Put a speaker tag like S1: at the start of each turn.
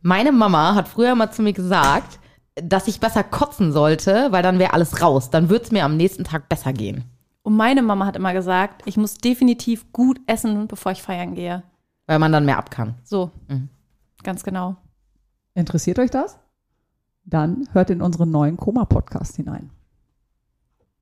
S1: Meine Mama hat früher mal zu mir gesagt, dass ich besser kotzen sollte, weil dann wäre alles raus. Dann würde es mir am nächsten Tag besser gehen.
S2: Und meine Mama hat immer gesagt, ich muss definitiv gut essen, bevor ich feiern gehe.
S1: Weil man dann mehr ab kann.
S2: So. Ganz genau.
S3: Interessiert euch das? Dann hört in unseren neuen Koma-Podcast hinein.